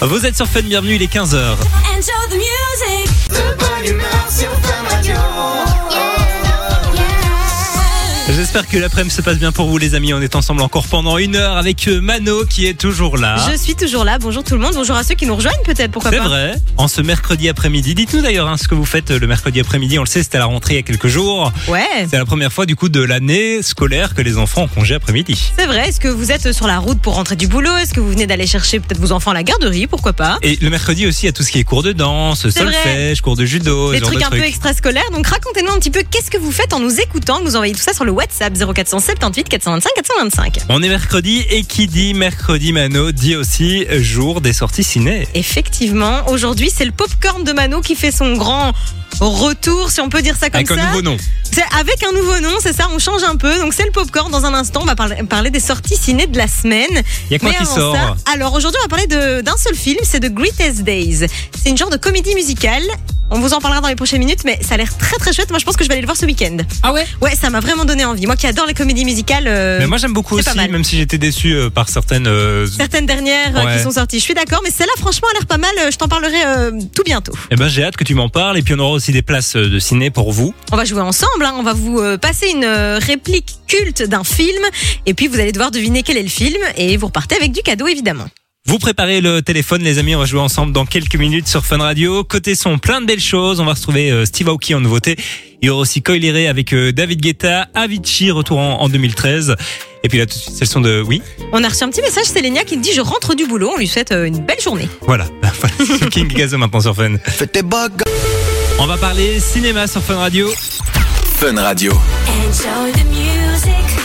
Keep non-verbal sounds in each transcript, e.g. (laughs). Vous êtes sur Fun, bienvenue, il est 15h. Enjoy the music. De bonne humeur sur Fun Radio. J'espère que l'après-midi se passe bien pour vous, les amis. On est ensemble encore pendant une heure avec euh, Mano qui est toujours là. Je suis toujours là. Bonjour tout le monde. Bonjour à ceux qui nous rejoignent peut-être. Pourquoi Hein C'est pas vrai, en ce mercredi après-midi. Dites-nous d'ailleurs hein, ce que vous faites euh, le mercredi après-midi. On le sait, c'était à la rentrée il y a quelques jours. Ouais. C'est la première fois du coup de l'année scolaire que les enfants ont congé après-midi. C'est vrai. Est-ce que vous êtes sur la route pour rentrer du boulot Est-ce que vous venez d'aller chercher peut-être vos enfants à la garderie Pourquoi pas Et le mercredi aussi, il y a tout ce qui est cours de danse, solfège, cours de judo, Oh, ce Des genre trucs de un peu extrascolaires. Donc racontez-nous un petit peu qu'est-ce que vous faites en nous écoutant. Vous envoyez tout ça sur le WhatsApp 0478 425 425. On est mercredi et qui dit mercredi Mano dit aussi euh, jour des sorties ciné. Effectivement, aujourd'hui c'est le popcorn de Mano qui fait son grand retour, si on peut dire ça comme Avec ça. un nouveau nom. C'est avec un nouveau nom, c'est ça, on change un peu. Donc c'est le popcorn. Dans un instant, on va parler, parler des sorties ciné de la semaine. Il y a quoi Mais qui avant sort ça, Alors aujourd'hui, on va parler de- d'un seul film, c'est The Greatest Days. C'est une genre de comédie musicale. On vous en parlera dans les prochaines minutes, mais ça a l'air très très chouette. Moi, je pense que je vais aller le voir ce week-end. Ah ouais Ouais, ça m'a vraiment donné envie. Moi qui adore les comédies musicales, euh, Mais moi j'aime beaucoup c'est pas aussi, mal. même si j'étais déçu euh, par certaines. euh, certaines dernières euh, Ouais. qui sont sorties, je suis d'accord, mais celle-là, franchement, a l'air pas mal. Euh, Je t'en parlerai euh, tout bientôt. Eh ben j'ai hâte que tu m'en parles et puis on aura aussi des places euh, de ciné pour vous. On va jouer ensemble, hein. on va vous euh, passer une euh, réplique culte d'un film, et puis vous allez devoir deviner quel est le film, et vous repartez avec du cadeau évidemment. Vous préparez le téléphone les amis, on va jouer ensemble dans quelques minutes sur Fun Radio. Côté son, plein de belles choses. On va retrouver euh, Steve Aoki en nouveauté. Il y aura aussi Coil Ray avec euh, David Guetta, Avicii retour en, en 2013. Et puis là tout de suite, c'est le son de oui. On a reçu un petit message, Célénia qui dit je rentre du boulot, on lui souhaite euh, une belle journée. Voilà, (laughs) voilà c'est King Gazo maintenant sur Fun. Fais tes bugs. On va parler cinéma sur Fun Radio. Fun Radio. Enjoy the music.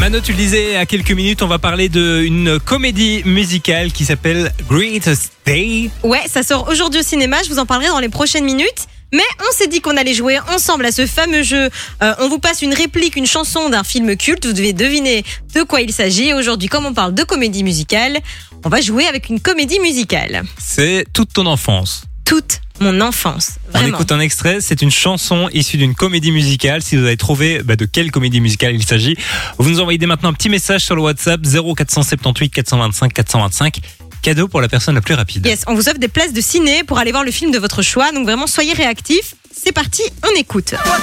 Mano, tu le disais à quelques minutes, on va parler d'une comédie musicale qui s'appelle Greatest Day. Ouais, ça sort aujourd'hui au cinéma, je vous en parlerai dans les prochaines minutes. Mais on s'est dit qu'on allait jouer ensemble à ce fameux jeu. Euh, on vous passe une réplique, une chanson d'un film culte. Vous devez deviner de quoi il s'agit. Aujourd'hui, comme on parle de comédie musicale, on va jouer avec une comédie musicale. C'est toute ton enfance. Toute mon enfance. On Vraiment. écoute un extrait, c'est une chanson issue d'une comédie musicale. Si vous avez trouvé bah, de quelle comédie musicale il s'agit, vous nous envoyez dès maintenant un petit message sur le WhatsApp 0478 425 425. Cadeau pour la personne la plus rapide. Yes, on vous offre des places de ciné pour aller voir le film de votre choix. Donc vraiment, soyez réactifs. C'est parti, on écoute. What time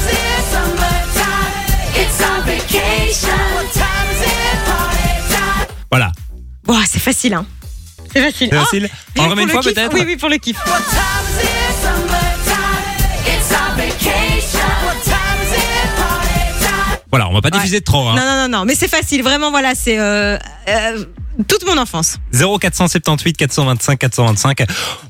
is it? Summertime. It's our vacation. What time is it? Party time. Voilà. Bon, c'est facile, hein. C'est facile. C'est Oh, facile. rien On que remet une pour fois le kiff. peut-être Oui, oui, pour le kiff. What time is it? Summertime. It's our vacation. What time is it? Party time. Voilà, on va pas diffuser trop. Non, Hein. non, non, non, mais c'est facile, vraiment, voilà, c'est euh, euh, toute mon enfance. 0478 425 425.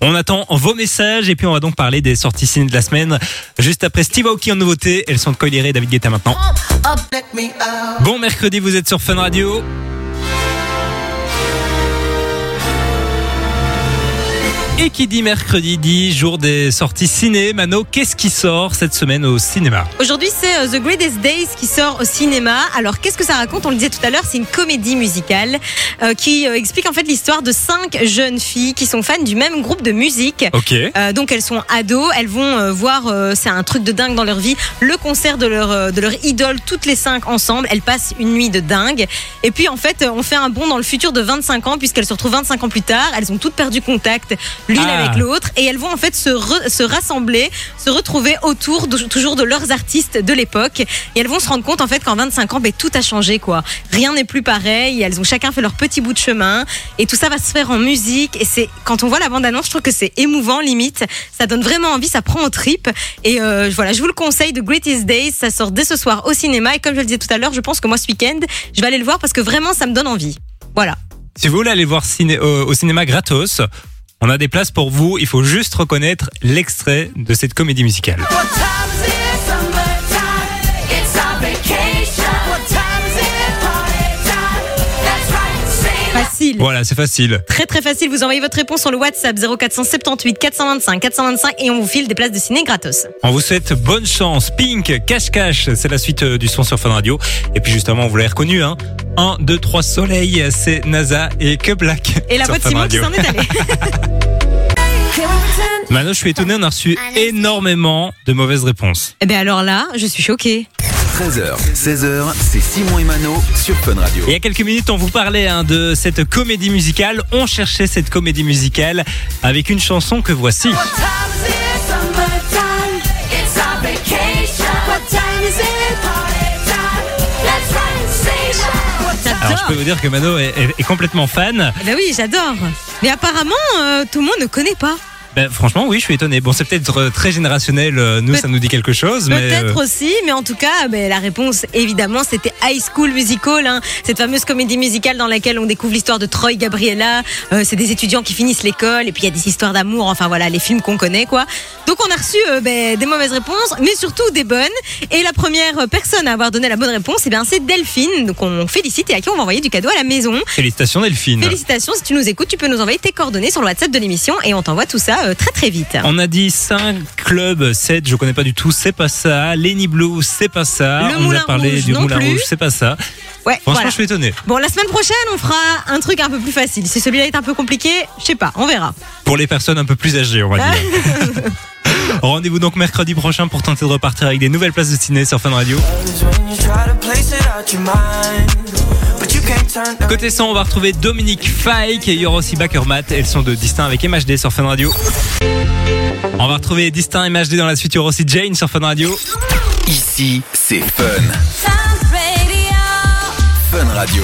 On attend vos messages et puis on va donc parler des sorties ciné de la semaine. Juste après Steve Aoki en nouveauté, elles sont de Coil Ray et David Guetta maintenant. Up, let me out. Bon mercredi, vous êtes sur Fun Radio. Et qui dit mercredi dit jour des sorties ciné. Mano, qu'est-ce qui sort cette semaine au cinéma Aujourd'hui, c'est euh, The Greatest Days qui sort au cinéma. Alors, qu'est-ce que ça raconte On le disait tout à l'heure, c'est une comédie musicale euh, qui euh, explique en fait l'histoire de cinq jeunes filles qui sont fans du même groupe de musique. Ok. Euh, donc elles sont ados, elles vont euh, voir, euh, c'est un truc de dingue dans leur vie, le concert de leur, euh, de leur idole, toutes les cinq ensemble, elles passent une nuit de dingue. Et puis en fait, euh, on fait un bond dans le futur de 25 ans, puisqu'elles se retrouvent 25 ans plus tard, elles ont toutes perdu contact l'une Ah. avec l'autre, et elles vont en fait se, re- se rassembler, se retrouver autour de- toujours de leurs artistes de l'époque, et elles vont se rendre compte en fait qu'en 25 ans, ben, tout a changé, quoi. Rien n'est plus pareil, et elles ont chacun fait leur petit bout de chemin, et tout ça va se faire en musique, et c'est quand on voit la bande-annonce, je trouve que c'est émouvant, limite, ça donne vraiment envie, ça prend aux tripes, et euh, voilà, je vous le conseille, The Greatest Days, ça sort dès ce soir au cinéma, et comme je le disais tout à l'heure, je pense que moi ce week-end, je vais aller le voir parce que vraiment ça me donne envie. Voilà. Si vous voulez aller voir ciné- euh, au cinéma gratos, on a des places pour vous. Il faut juste reconnaître l'extrait de cette comédie musicale. What time is it? Summertime. It's our vacation. What time is it? Party time. That's right. Say it. Facile. Voilà, c'est facile. Très très facile, vous envoyez votre réponse sur le WhatsApp 0478 425 425 et on vous file des places de ciné gratos. On vous souhaite bonne chance. Pink, Cash Cash, c'est la suite euh, du son sur Fun Radio. Et puis justement, vous l'avez reconnu, hein. 1, 2, 3, Soleil, c'est NASA et que Black. Et la sur voix de Fun Simon qui Radio. s'en est allée. (laughs) Mano, je suis étonné, on a reçu énormément de mauvaises réponses. ben, Eh bien alors là, je suis choquée. 13h, 16h, c'est Simon et Mano sur Fun Radio. Il y a quelques minutes, on vous parlait hein, de cette comédie musicale. On cherchait cette comédie musicale avec une chanson que voici. What time is it? Summertime. It's our vacation. What time is it? Party time. That's right, say loud. What time? Alors, je peux vous dire que Mano est, est- est complètement fan. Eh Ben oui, j'adore. Mais apparemment, euh, tout le monde ne connaît pas. Ben, franchement, oui, je suis étonné. Bon, c'est peut-être euh, très générationnel. euh, Nous, Peut- ça nous dit quelque chose, mais euh, Peut-être aussi, mais en tout cas, ben, la réponse, évidemment, c'était High School Musical, hein, cette fameuse comédie musicale dans laquelle on découvre l'histoire de Troy Gabriella. Euh, c'est des étudiants qui finissent l'école, et puis il y a des histoires d'amour, enfin voilà, les films qu'on connaît, quoi. Donc on a reçu euh, ben, des mauvaises réponses, mais surtout des bonnes. Et la première euh, personne à avoir donné la bonne réponse, eh bien, c'est Delphine, donc on félicite et à qui on va envoyer du cadeau à la maison. félicitations, Delphine. Félicitations, si tu nous écoutes, tu peux nous envoyer tes coordonnées sur le WhatsApp de l'émission et on t'envoie tout ça euh, très très vite. On a dit 5 clubs, 7, je connais pas du tout, c'est pas ça. Lenny Blue, c'est pas ça. Le on nous a Moulin parlé Rouge du non Moulin plus. Rouge, c'est pas ça. Ouais, Franchement, voilà. je suis étonné. Bon, la semaine prochaine, on fera un truc un peu plus facile. Si celui-là est un peu compliqué, je sais pas, on verra. Pour les personnes un peu plus âgées, on va dire. (laughs) Rendez-vous donc mercredi prochain pour tenter de repartir avec des nouvelles places de ciné sur Fun Radio. is when you try to place it out your mind, but you can't turn down. Côté son, on va retrouver Dominique Fike et il y aura aussi Bakermat. Elles sont de Distin avec MHD sur Fun Radio. On va retrouver Distin et MHD dans la suite. Il y aura aussi Jane sur Fun Radio. Ici, c'est Fun. Fun Radio. Fun Radio.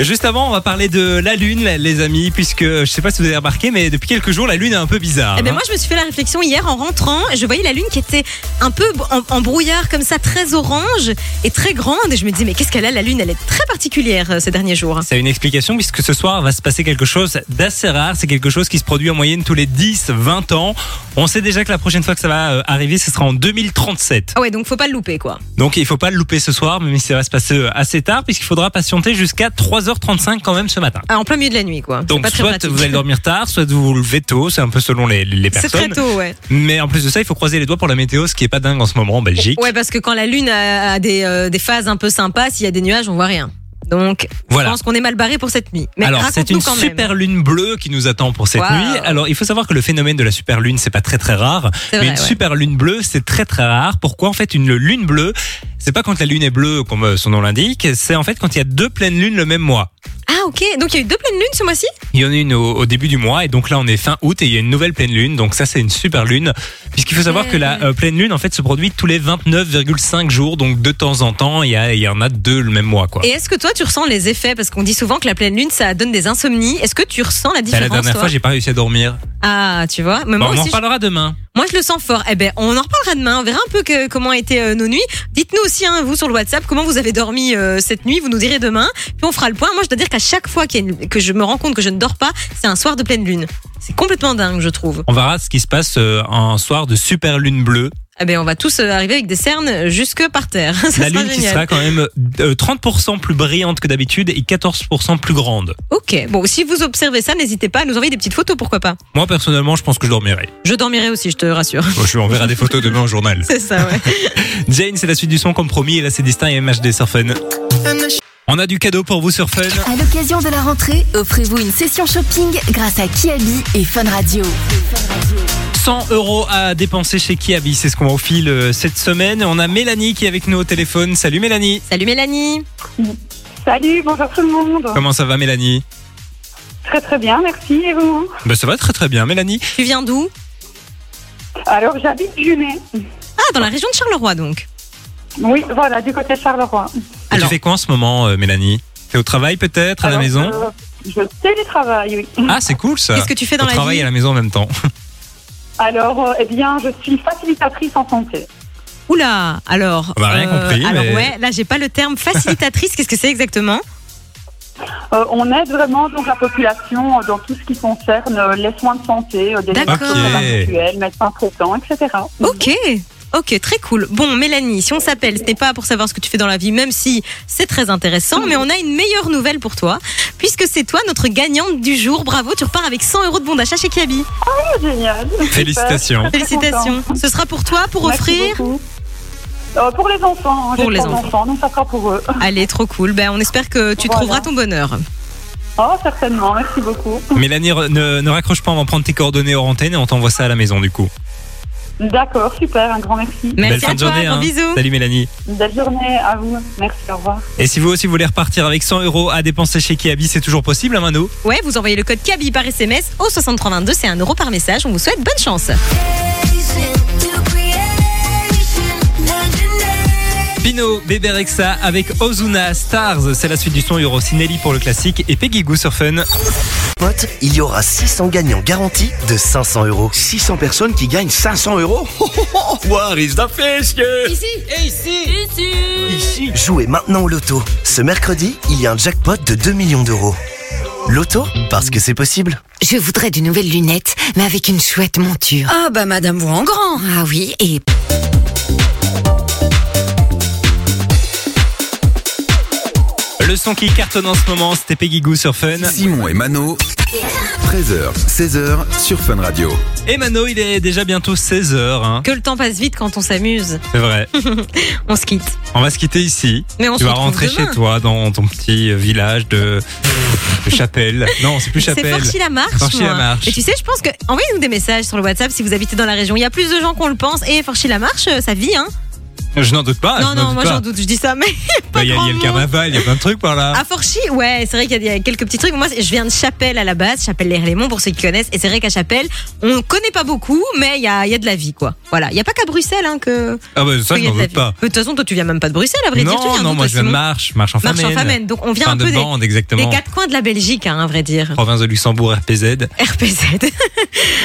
Juste avant, on va parler de la Lune, les amis, puisque je sais pas si vous avez remarqué, mais depuis quelques jours, la Lune est un peu bizarre. Eh ben hein. moi, je me suis fait la réflexion hier en rentrant. Je voyais la lune qui était un peu en, en brouillard comme ça, très orange et très grande. Et je me dis, mais qu'est-ce qu'elle a la lune Elle est très particulière euh, ces derniers jours. Ça a une explication puisque ce soir va se passer quelque chose d'assez rare. C'est quelque chose qui se produit en moyenne tous les 10-20 ans. On sait déjà que la prochaine fois que ça va euh, arriver, ce sera en 2037. Ah ouais, donc faut pas le louper quoi. Donc il faut pas le louper ce soir, même si ça va se passer euh, assez tard, puisqu'il faudra patienter jusqu'à 3h35 quand même ce matin. Ah, en plein milieu de la nuit quoi. C'est Donc pas très soit pratique. vous allez dormir tard, soit vous vous levez tôt, c'est un peu selon les, les (laughs) C'est personnes. très tôt, ouais. Mais en plus de ça, il faut croiser les doigts pour la météo, ce qui est pas dingue en ce moment en Belgique. Ouais, parce que quand la lune a, a des, euh, des phases un peu sympas, s'il y a des nuages, on voit rien. Donc, Voilà. je pense qu'on est mal barré pour cette nuit. Mais Alors, c'est raconte-nous une quand même. super lune bleue qui nous attend pour cette Wow. nuit. Alors, il faut savoir que le phénomène de la super lune, c'est pas très très rare. C'est mais vrai, une ouais. super lune bleue, c'est très très rare. Pourquoi en fait une lune bleue C'est pas quand la lune est bleue, comme euh, son nom l'indique. C'est en fait quand il y a deux pleines lunes le même mois. Ah ok, donc il y a eu deux pleines lunes ce mois-ci Il y en a une au, au début du mois et donc là on est fin août et il y a une nouvelle pleine lune. Donc ça c'est une super lune. Puisqu'il faut savoir que la euh, pleine lune en fait se produit tous les 29,5 jours. Donc de temps en temps il y, a- il y en a deux le même mois quoi. Et est-ce que toi tu ressens les effets Parce qu'on dit souvent que la pleine lune ça donne des insomnies. Est-ce que tu ressens la Bah, différence la dernière toi fois j'ai pas réussi à dormir. Ah tu vois, mais Bah, moi, on en aussi, je- reparlera demain. moi je le sens fort. Eh ben on en reparlera demain, on verra un peu que- comment étaient euh, nos nuits. Dites-nous aussi hein, vous sur le WhatsApp comment vous avez dormi euh, cette nuit, vous nous direz demain, puis on fera le point. Moi je dois dire qu'à chaque fois qu'il y a une- que je me rends compte que je ne dors pas, c'est un soir de pleine lune. C'est complètement dingue je trouve. On verra ce qui se passe euh, un soir de super lune bleue. Eh ben on va tous euh, arriver avec des cernes jusque par terre. (laughs) Ça la sera lune qui génial. sera quand même euh, 30% plus brillante que d'habitude et 14% plus grande. Ok, bon si vous observez ça n'hésitez pas à nous envoyer des petites photos pourquoi pas. Moi personnellement, je pense que je dormirai. Je dormirai aussi, je te rassure. (laughs) Bon, je lui enverrai des photos demain au journal. C'est ça, ouais. (laughs) Jane, c'est la suite du son comme promis et là c'est Destin et MHD sur Fun. On a du cadeau pour vous sur Fun. À l'occasion de la rentrée, offrez-vous une session shopping grâce à Kiabi et Fun Radio. 100 euros à dépenser chez Kiabi, c'est ce qu'on vous file euh, cette semaine. On a Mélanie qui est avec nous au téléphone. Salut Mélanie. Salut Mélanie. Salut, bonjour tout le monde. Comment ça va Mélanie Très très bien, merci. Et vous Bah ça va très très bien Mélanie. Tu viens d'où Alors j'habite Jumet. Ah, dans la région de Charleroi donc. Oui, voilà, du côté de Charleroi. Et Alors. tu fais quoi en ce moment euh, Mélanie T'es au travail peut-être, à la Alors, maison euh, Je télétravaille, oui. Ah c'est cool ça. Qu'est-ce que tu fais dans On la travaille vie à la maison en même temps. (laughs) Alors, euh, eh bien, je suis facilitatrice en santé. Oula, alors. euh, On a rien compris, Alors mais- ouais, là j'ai pas le terme facilitatrice. Qu'est-ce que c'est exactement Euh, on aide vraiment donc, la population euh, dans tout ce qui concerne euh, les soins de santé, euh, des D'accord. Oh. médecins habituels, médecins traitants, etc. Ok. Ok, très cool. Bon, Mélanie, si on s'appelle, ce n'est pas pour savoir ce que tu fais dans la vie, même si c'est très intéressant, mais on a une meilleure nouvelle pour toi, puisque c'est toi notre gagnante du jour. Bravo, tu repars avec 100 euros de bon d'achat chez Kiabi. Oh, génial. Super. Félicitations. Très, très Félicitations. contente. Ce sera pour toi, pour Merci offrir. beaucoup. Euh, pour les enfants, hein, Pour j'ai les trois enfants. donc ça sera pour eux. Allez, trop cool. Ben, on espère que tu Voilà. trouveras ton bonheur. Oh, certainement, merci beaucoup. Mélanie, re- ne, ne raccroche pas, on va prendre tes coordonnées hors antenne et on t'envoie ça à la maison du coup. D'accord, super, un grand merci. Merci Belle fin à de toi, journée. gros hein. bisous. Salut Mélanie. Belle journée à vous. Merci, au revoir. Et si vous aussi voulez repartir avec 100 euros à dépenser chez Kiabi, c'est toujours possible, hein, Mano Ouais, vous envoyez le code CABI par SMS au 6322, c'est 1 euro par message. On vous souhaite bonne chance. Pino, Bébé Rexha avec Ozuna Stars, c'est la suite du son Euro Cinelli pour le classique et Peggy Goo sur Fun. Pote, il y aura 600 gagnants garantis de 500 euros. 600 personnes qui gagnent 500 euros (laughs) What is the fish Jouez maintenant au loto. Ce mercredi, il y a un jackpot de 2 millions d'euros. Loto, parce que c'est possible. Je voudrais de nouvelles lunettes, mais avec une chouette monture. Ah bah madame voit en grand. Ah oui, et Le son qui cartonne en ce moment, c'était Peggy Goo sur Fun. Simon et Mano, 13h, 16h sur Fun Radio. Et Mano, il est déjà bientôt 16h, hein. Que le temps passe vite quand on s'amuse. c'est (laughs) vrai. On se quitte. On va se quitter ici. Mais on tu se vas retrouve rentrer demain. chez toi dans ton petit village de, de Chapelle. Non, c'est plus C'est Chapelle. Forchy la marche. Forchy moi. la Marche. Et tu sais, je pense que envoyez-nous des messages sur le WhatsApp si vous habitez dans la région. Il y a plus de gens qu'on le pense. Et Forchy la marche, euh, ça vit, hein Je n'en doute pas. Ah, je n'en Non, non, doute moi pas. j'en doute. Je dis ça, mais (laughs) Bah, Il y a, grand il y a le monde. carnaval, il y a plein de trucs par là. À Forchy, ouais, c'est vrai qu'il y a- il y a quelques petits trucs. Moi, c'est- je viens de Chapelle à la base, Chapelle les Lémont pour ceux qui connaissent. Et c'est vrai qu'à Chapelle, on connaît pas beaucoup, mais il y a, il y a de la vie, quoi. Voilà, il y a pas qu'à Bruxelles hein, que. Ah bah ça, qu'il je y a n'en de la doute vie. pas. Mais De toute façon, toi, tu viens même pas de Bruxelles, à vrai dire. Tu Non, viens non, d'où, moi toi, je viens de Simon Marche, Marche en Marche Famine. en famine. Donc, on vient Fin un de peu des, bande, des exactement. quatre coins de la Belgique, hein, à vrai dire. Province de Luxembourg, RPZ. (laughs) RPZ.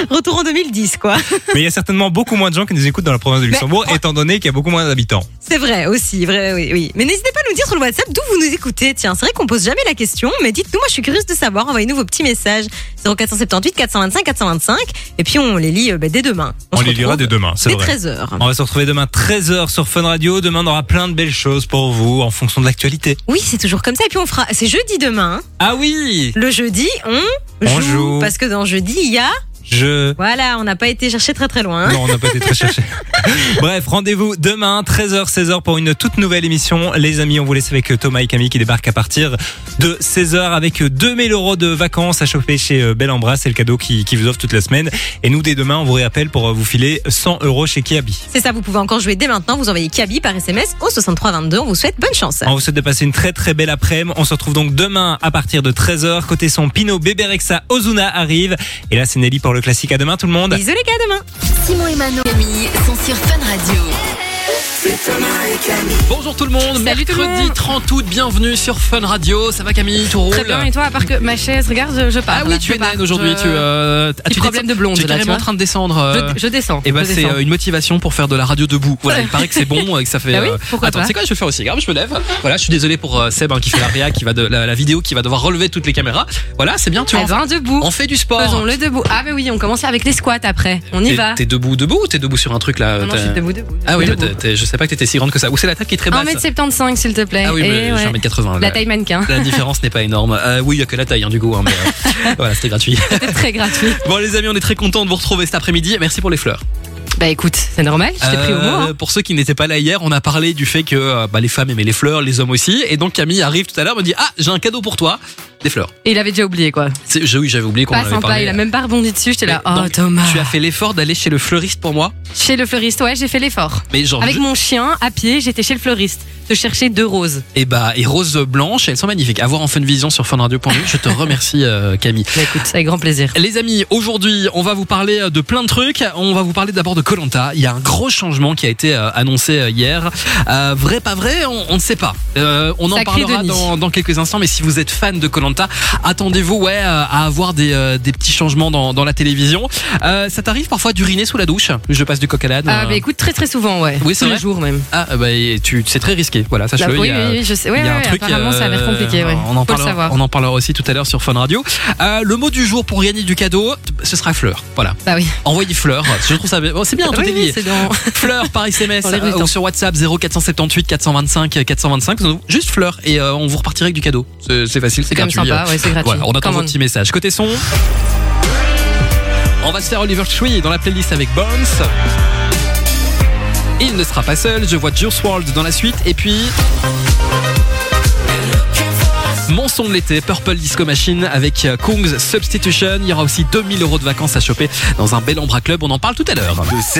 Retour en 2010, quoi. Mais il y a certainement beaucoup moins de gens qui nous écoutent dans la province de Luxembourg, étant donné qu'il y a beaucoup moins d'habitants. C'est vrai aussi, vrai, oui, oui. Mais n'hésitez pas à nous dire sur le WhatsApp d'où vous nous écoutez. Tiens, c'est vrai qu'on pose jamais la question, mais dites-nous, moi je suis curieuse de savoir. Envoyez-nous vos petits messages 0478 425 425 et puis on les lit euh, bah, dès demain. On, se les lira dès retrouve demain, c'est dès vrai. Ah. 13h. On va se retrouver demain 13h sur Fun Radio. Demain, on aura plein de belles choses pour vous en fonction de l'actualité. Oui, c'est toujours comme ça. Et puis on fera, c'est jeudi demain. Ah oui Le jeudi, on, On joue. Parce que dans jeudi, il y a. Je... Voilà, on n'a pas été chercher très très loin. hein. Non, on n'a pas été très cherché. Bref, rendez-vous demain 13h, 16h pour une toute nouvelle émission. Les amis, on vous laisse avec euh, Thomas et Camille qui débarquent à partir de 16h avec 2000 euros de vacances à choper chez euh, Belle Embrasse. C'est le cadeau qui, qui vous offre toute la semaine. Et nous, dès demain, on vous réappelle pour euh, vous filer 100 euros chez Kiabi. C'est ça, vous pouvez encore jouer dès maintenant. Vous envoyez Kabi par SMS au 6322. On vous souhaite bonne chance. On vous souhaite de passer une très très belle après-midi. On se retrouve donc demain à partir de 13h. Côté son, Pino, Bébé Rexa, Ozuna arrive. Et là, c'est Nelly pour le classique. À demain tout le Bah. monde. Bisous les gars, à demain. Simon et Mano, Camille sont sur Fun Radio. Bonjour tout le monde, mercredi 30 août, bienvenue sur Fun Radio. Ça va Camille, tout roule Très bien, et toi, à part que ma chaise, regarde, je pars. Ah oui, là, tu je es pars, naine aujourd'hui. je- Tu, euh, ah, Petit tu problème de blonde, Tu es là, tu carrément vois. en train de descendre. euh, Je, je descends. Et bah je c'est descends. euh, une motivation pour faire de la radio debout. Voilà, il paraît que c'est bon et que ça fait. euh, Bah oui, pourquoi Attends, pas. tu sais quoi, je vais le faire aussi. Grave, je me lève. Voilà, je suis désolé pour euh, Seb hein, qui fait la réa, qui va de la, la vidéo, qui va devoir relever toutes les caméras. Voilà, c'est bien, tu Eh vois. ben, debout. On fait du sport. Faisons-le debout. Ah, mais oui, on commence avec les squats après. On y T'es- va. T'es debout, debout ou t'es debout sur un truc là Non, non, t'as- je suis debout, debout. Ah oui, mais Debout. Ah, t'es- t'es- je sais pas que t'étais si grande que ça. Ou c'est la table qui est très basse. 1m75, s'il te plaît. Ah oui, mais Et j'ai Eh, ouais. 1m80. La là. taille (laughs) mannequin. La différence n'est pas énorme. Euh, oui, il y a que la taille hein, du coup, hein, mais euh, (laughs) voilà, c'était gratuit. C'était très gratuit. Bon les amis, on est très contents de vous retrouver cet après-midi. Merci pour les fleurs. Bah écoute, c'est normal, je t'ai pris au mot. hein. Euh, Pour ceux qui n'étaient pas là hier, on a parlé du fait que euh, bah, les femmes aimaient les fleurs, les hommes aussi. Et donc Camille arrive tout à l'heure, me dit ah j'ai un cadeau pour toi, des fleurs. Et il avait déjà oublié quoi. C'est- je- oui j'avais oublié Euh, qu'on en Pas avait sympa, parlé. il a même pas rebondi dessus. J'étais là, Mais oh donc, Thomas. Tu as fait l'effort d'aller chez le fleuriste pour moi, Chez le fleuriste, ouais, j'ai fait l'effort. mais genre Avec je- mon chien, à pied, j'étais chez le fleuriste. Te chercher deux roses. et bah et roses blanches, elles sont magnifiques. À voir en vision sur funradio.lu. je te remercie euh, Camille. Bah écoute, avec grand plaisir. Les amis, aujourd'hui, on va vous parler euh, de plein de trucs. On va vous parler d'abord de Colanta. Il y a un gros changement qui a été euh, annoncé euh, hier. Euh, vrai, pas vrai, on on ne sait pas. Euh, on en Sacré parlera Denis. dans, dans quelques instants. Mais si vous êtes fan de Colanta, attendez-vous ouais euh, à avoir des, euh, des petits changements dans, dans la télévision. Euh, ça t'arrive parfois d'uriner sous la douche Je passe du coq à l'âne. Ah euh. bah écoute, très très souvent, ouais. Oui, Tous c'est les vrai. jours même. Ah, euh, bah, et tu, c'est très risqué. Voilà, Bah, sache-le. oui, il y a- oui, oui, je sais. Ouais, il y a ouais, un ouais, truc. apparemment, ça a l'air euh, compliqué, ouais. On en Faut le parlera. savoir. On en parlera aussi tout à l'heure sur Fun Radio. Euh, le mot du jour pour gagner du cadeau, ce sera fleur. Voilà. Bah oui. Envoyez fleurs. Je trouve ça (laughs) bon, c'est bien, tout Oui, est oui, lié. c'est dans. (laughs) Fleurs par SMS Dans les rues, euh, ou hein. sur WhatsApp 0478 425 425. Juste fleurs et euh, on vous repartira avec du cadeau. C'est c'est facile, c'est C'est comme gratuit. euh. sympa, ouais, c'est gratuit. Voilà, on attend Come vos on. petits messages. Côté son, on va se faire Oliver Tree dans la playlist avec Bones. Il ne sera pas seul, je vois Juice World dans la suite et puis. Mon son de l'été, Purple Disco Machine avec euh, Kung's Substitution. Il y aura aussi 2000 euros de vacances à choper dans un bel Ambra Club. On en parle tout à l'heure. De 16